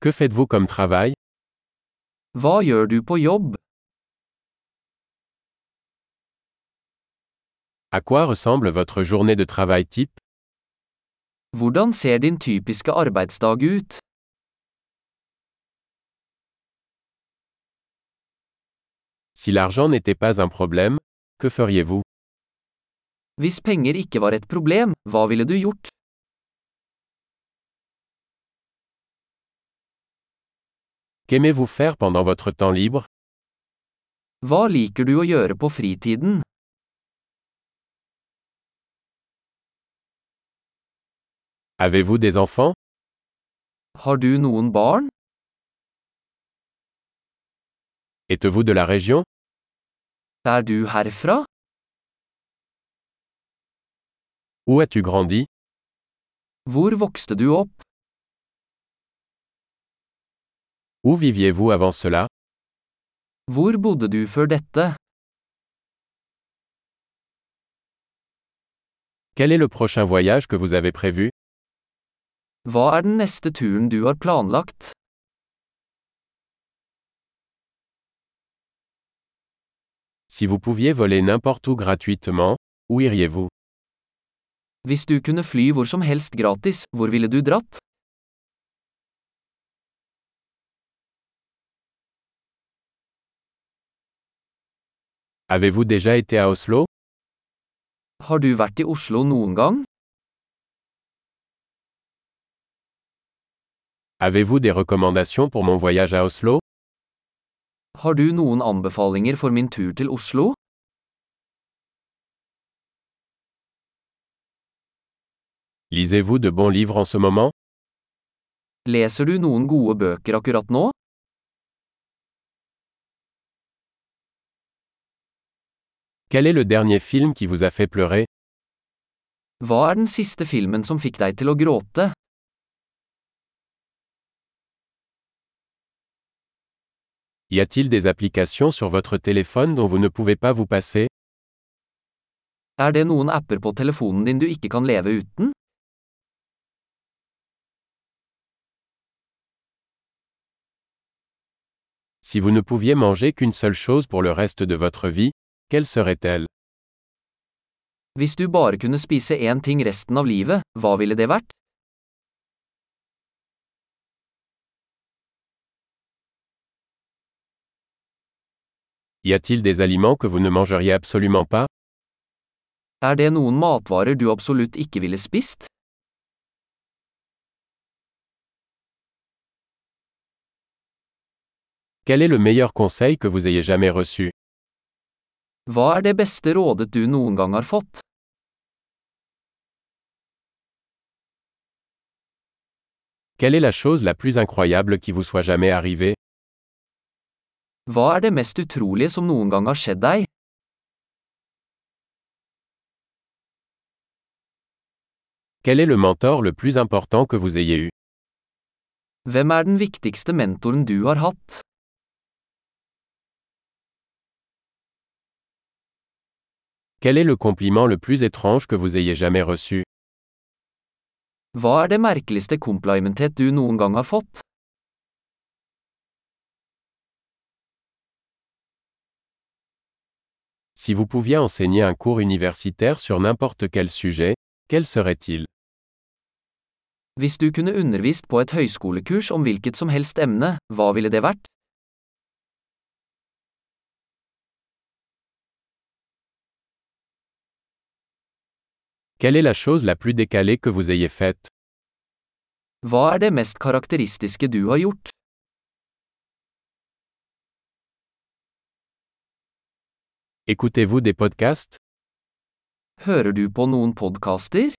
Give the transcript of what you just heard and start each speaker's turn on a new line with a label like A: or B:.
A: Que faites-vous comme travail
B: Hva gjør du på jobb?
A: À quoi ressemble votre journée de travail type
B: Hvordan ser din typiske arbeidsdag ut?
A: Si l'argent n'était pas un problème, que feriez-vous
B: Hvis penger ikke var et problem, hva ville du gjort?
A: Qu'aimez-vous faire pendant votre temps libre
B: Hva liker du å gjøre på fritiden?
A: Avez-vous des enfants
B: Har du noen barn?
A: Êtes-vous de la région
B: Er du herfra?
A: Où as-tu grandi
B: Hvor vokste du opp?
A: Où viviez-vous avant cela
B: Hvor bodde du før dette?
A: Quel est le prochain voyage que vous avez prévu
B: Hva er den neste turen du har planlagt?
A: Si vous pouviez voler n'importe où gratuitement, où iriez-vous
B: Hvis du kunne fly hvor som helst gratis, hvor ville du dratt?
A: Avez-vous déjà été à Oslo
B: Har du vært i Oslo noen gang?
A: Avez-vous des recommandations pour mon voyage à Oslo
B: Har du noen anbefalinger for min tur til Oslo?
A: Lisez-vous de bons livres en ce moment
B: Leser du noen gode bøker akkurat nå?
A: Quel est le dernier film qui vous a fait pleurer
B: Hva er den siste filmen som fikk deg til å gråte?
A: Y a-t-il des applications sur votre téléphone dont vous ne pouvez pas vous passer
B: Er det noen apper på telefonen din du ikke kan leve uten?
A: Si vous ne pouviez manger qu'une seule chose pour le reste de votre vie, quelle serait-elle
B: Hvis du bare kunne spise én ting resten av livet, hva ville det vært?
A: Y a-t-il des aliments que vous ne mangeriez absolument pas
B: Er det noen matvarer du absolutt ikke ville spist?
A: Quel est le meilleur conseil que vous ayez jamais reçu
B: Hva er det beste rådet du noen gang har fått?
A: Quelle est la chose la plus incroyable qui vous soit jamais arrivée
B: Hva er det mest utrolige som noen gang har skjedd deg?
A: Quel est le mentor le plus important que vous ayez eu
B: Hvem er den viktigste mentoren du har hatt?
A: Quel est le compliment le plus étrange que vous ayez jamais reçu
B: Hva er det merkeligste komplimentet du noen gang har fått?
A: Si vous pouviez enseigner un cours universitaire sur n'importe quel sujet, quel serait-il
B: Hvis du kunne undervist på et høyskolekurs om hvilket som helst emne, hva ville det vært?
A: Quelle est la chose la plus décalée que vous ayez faite
B: Hva er det mest karakteristiske du har gjort?
A: Écoutez-vous des podcasts
B: Hører du på noen podkaster?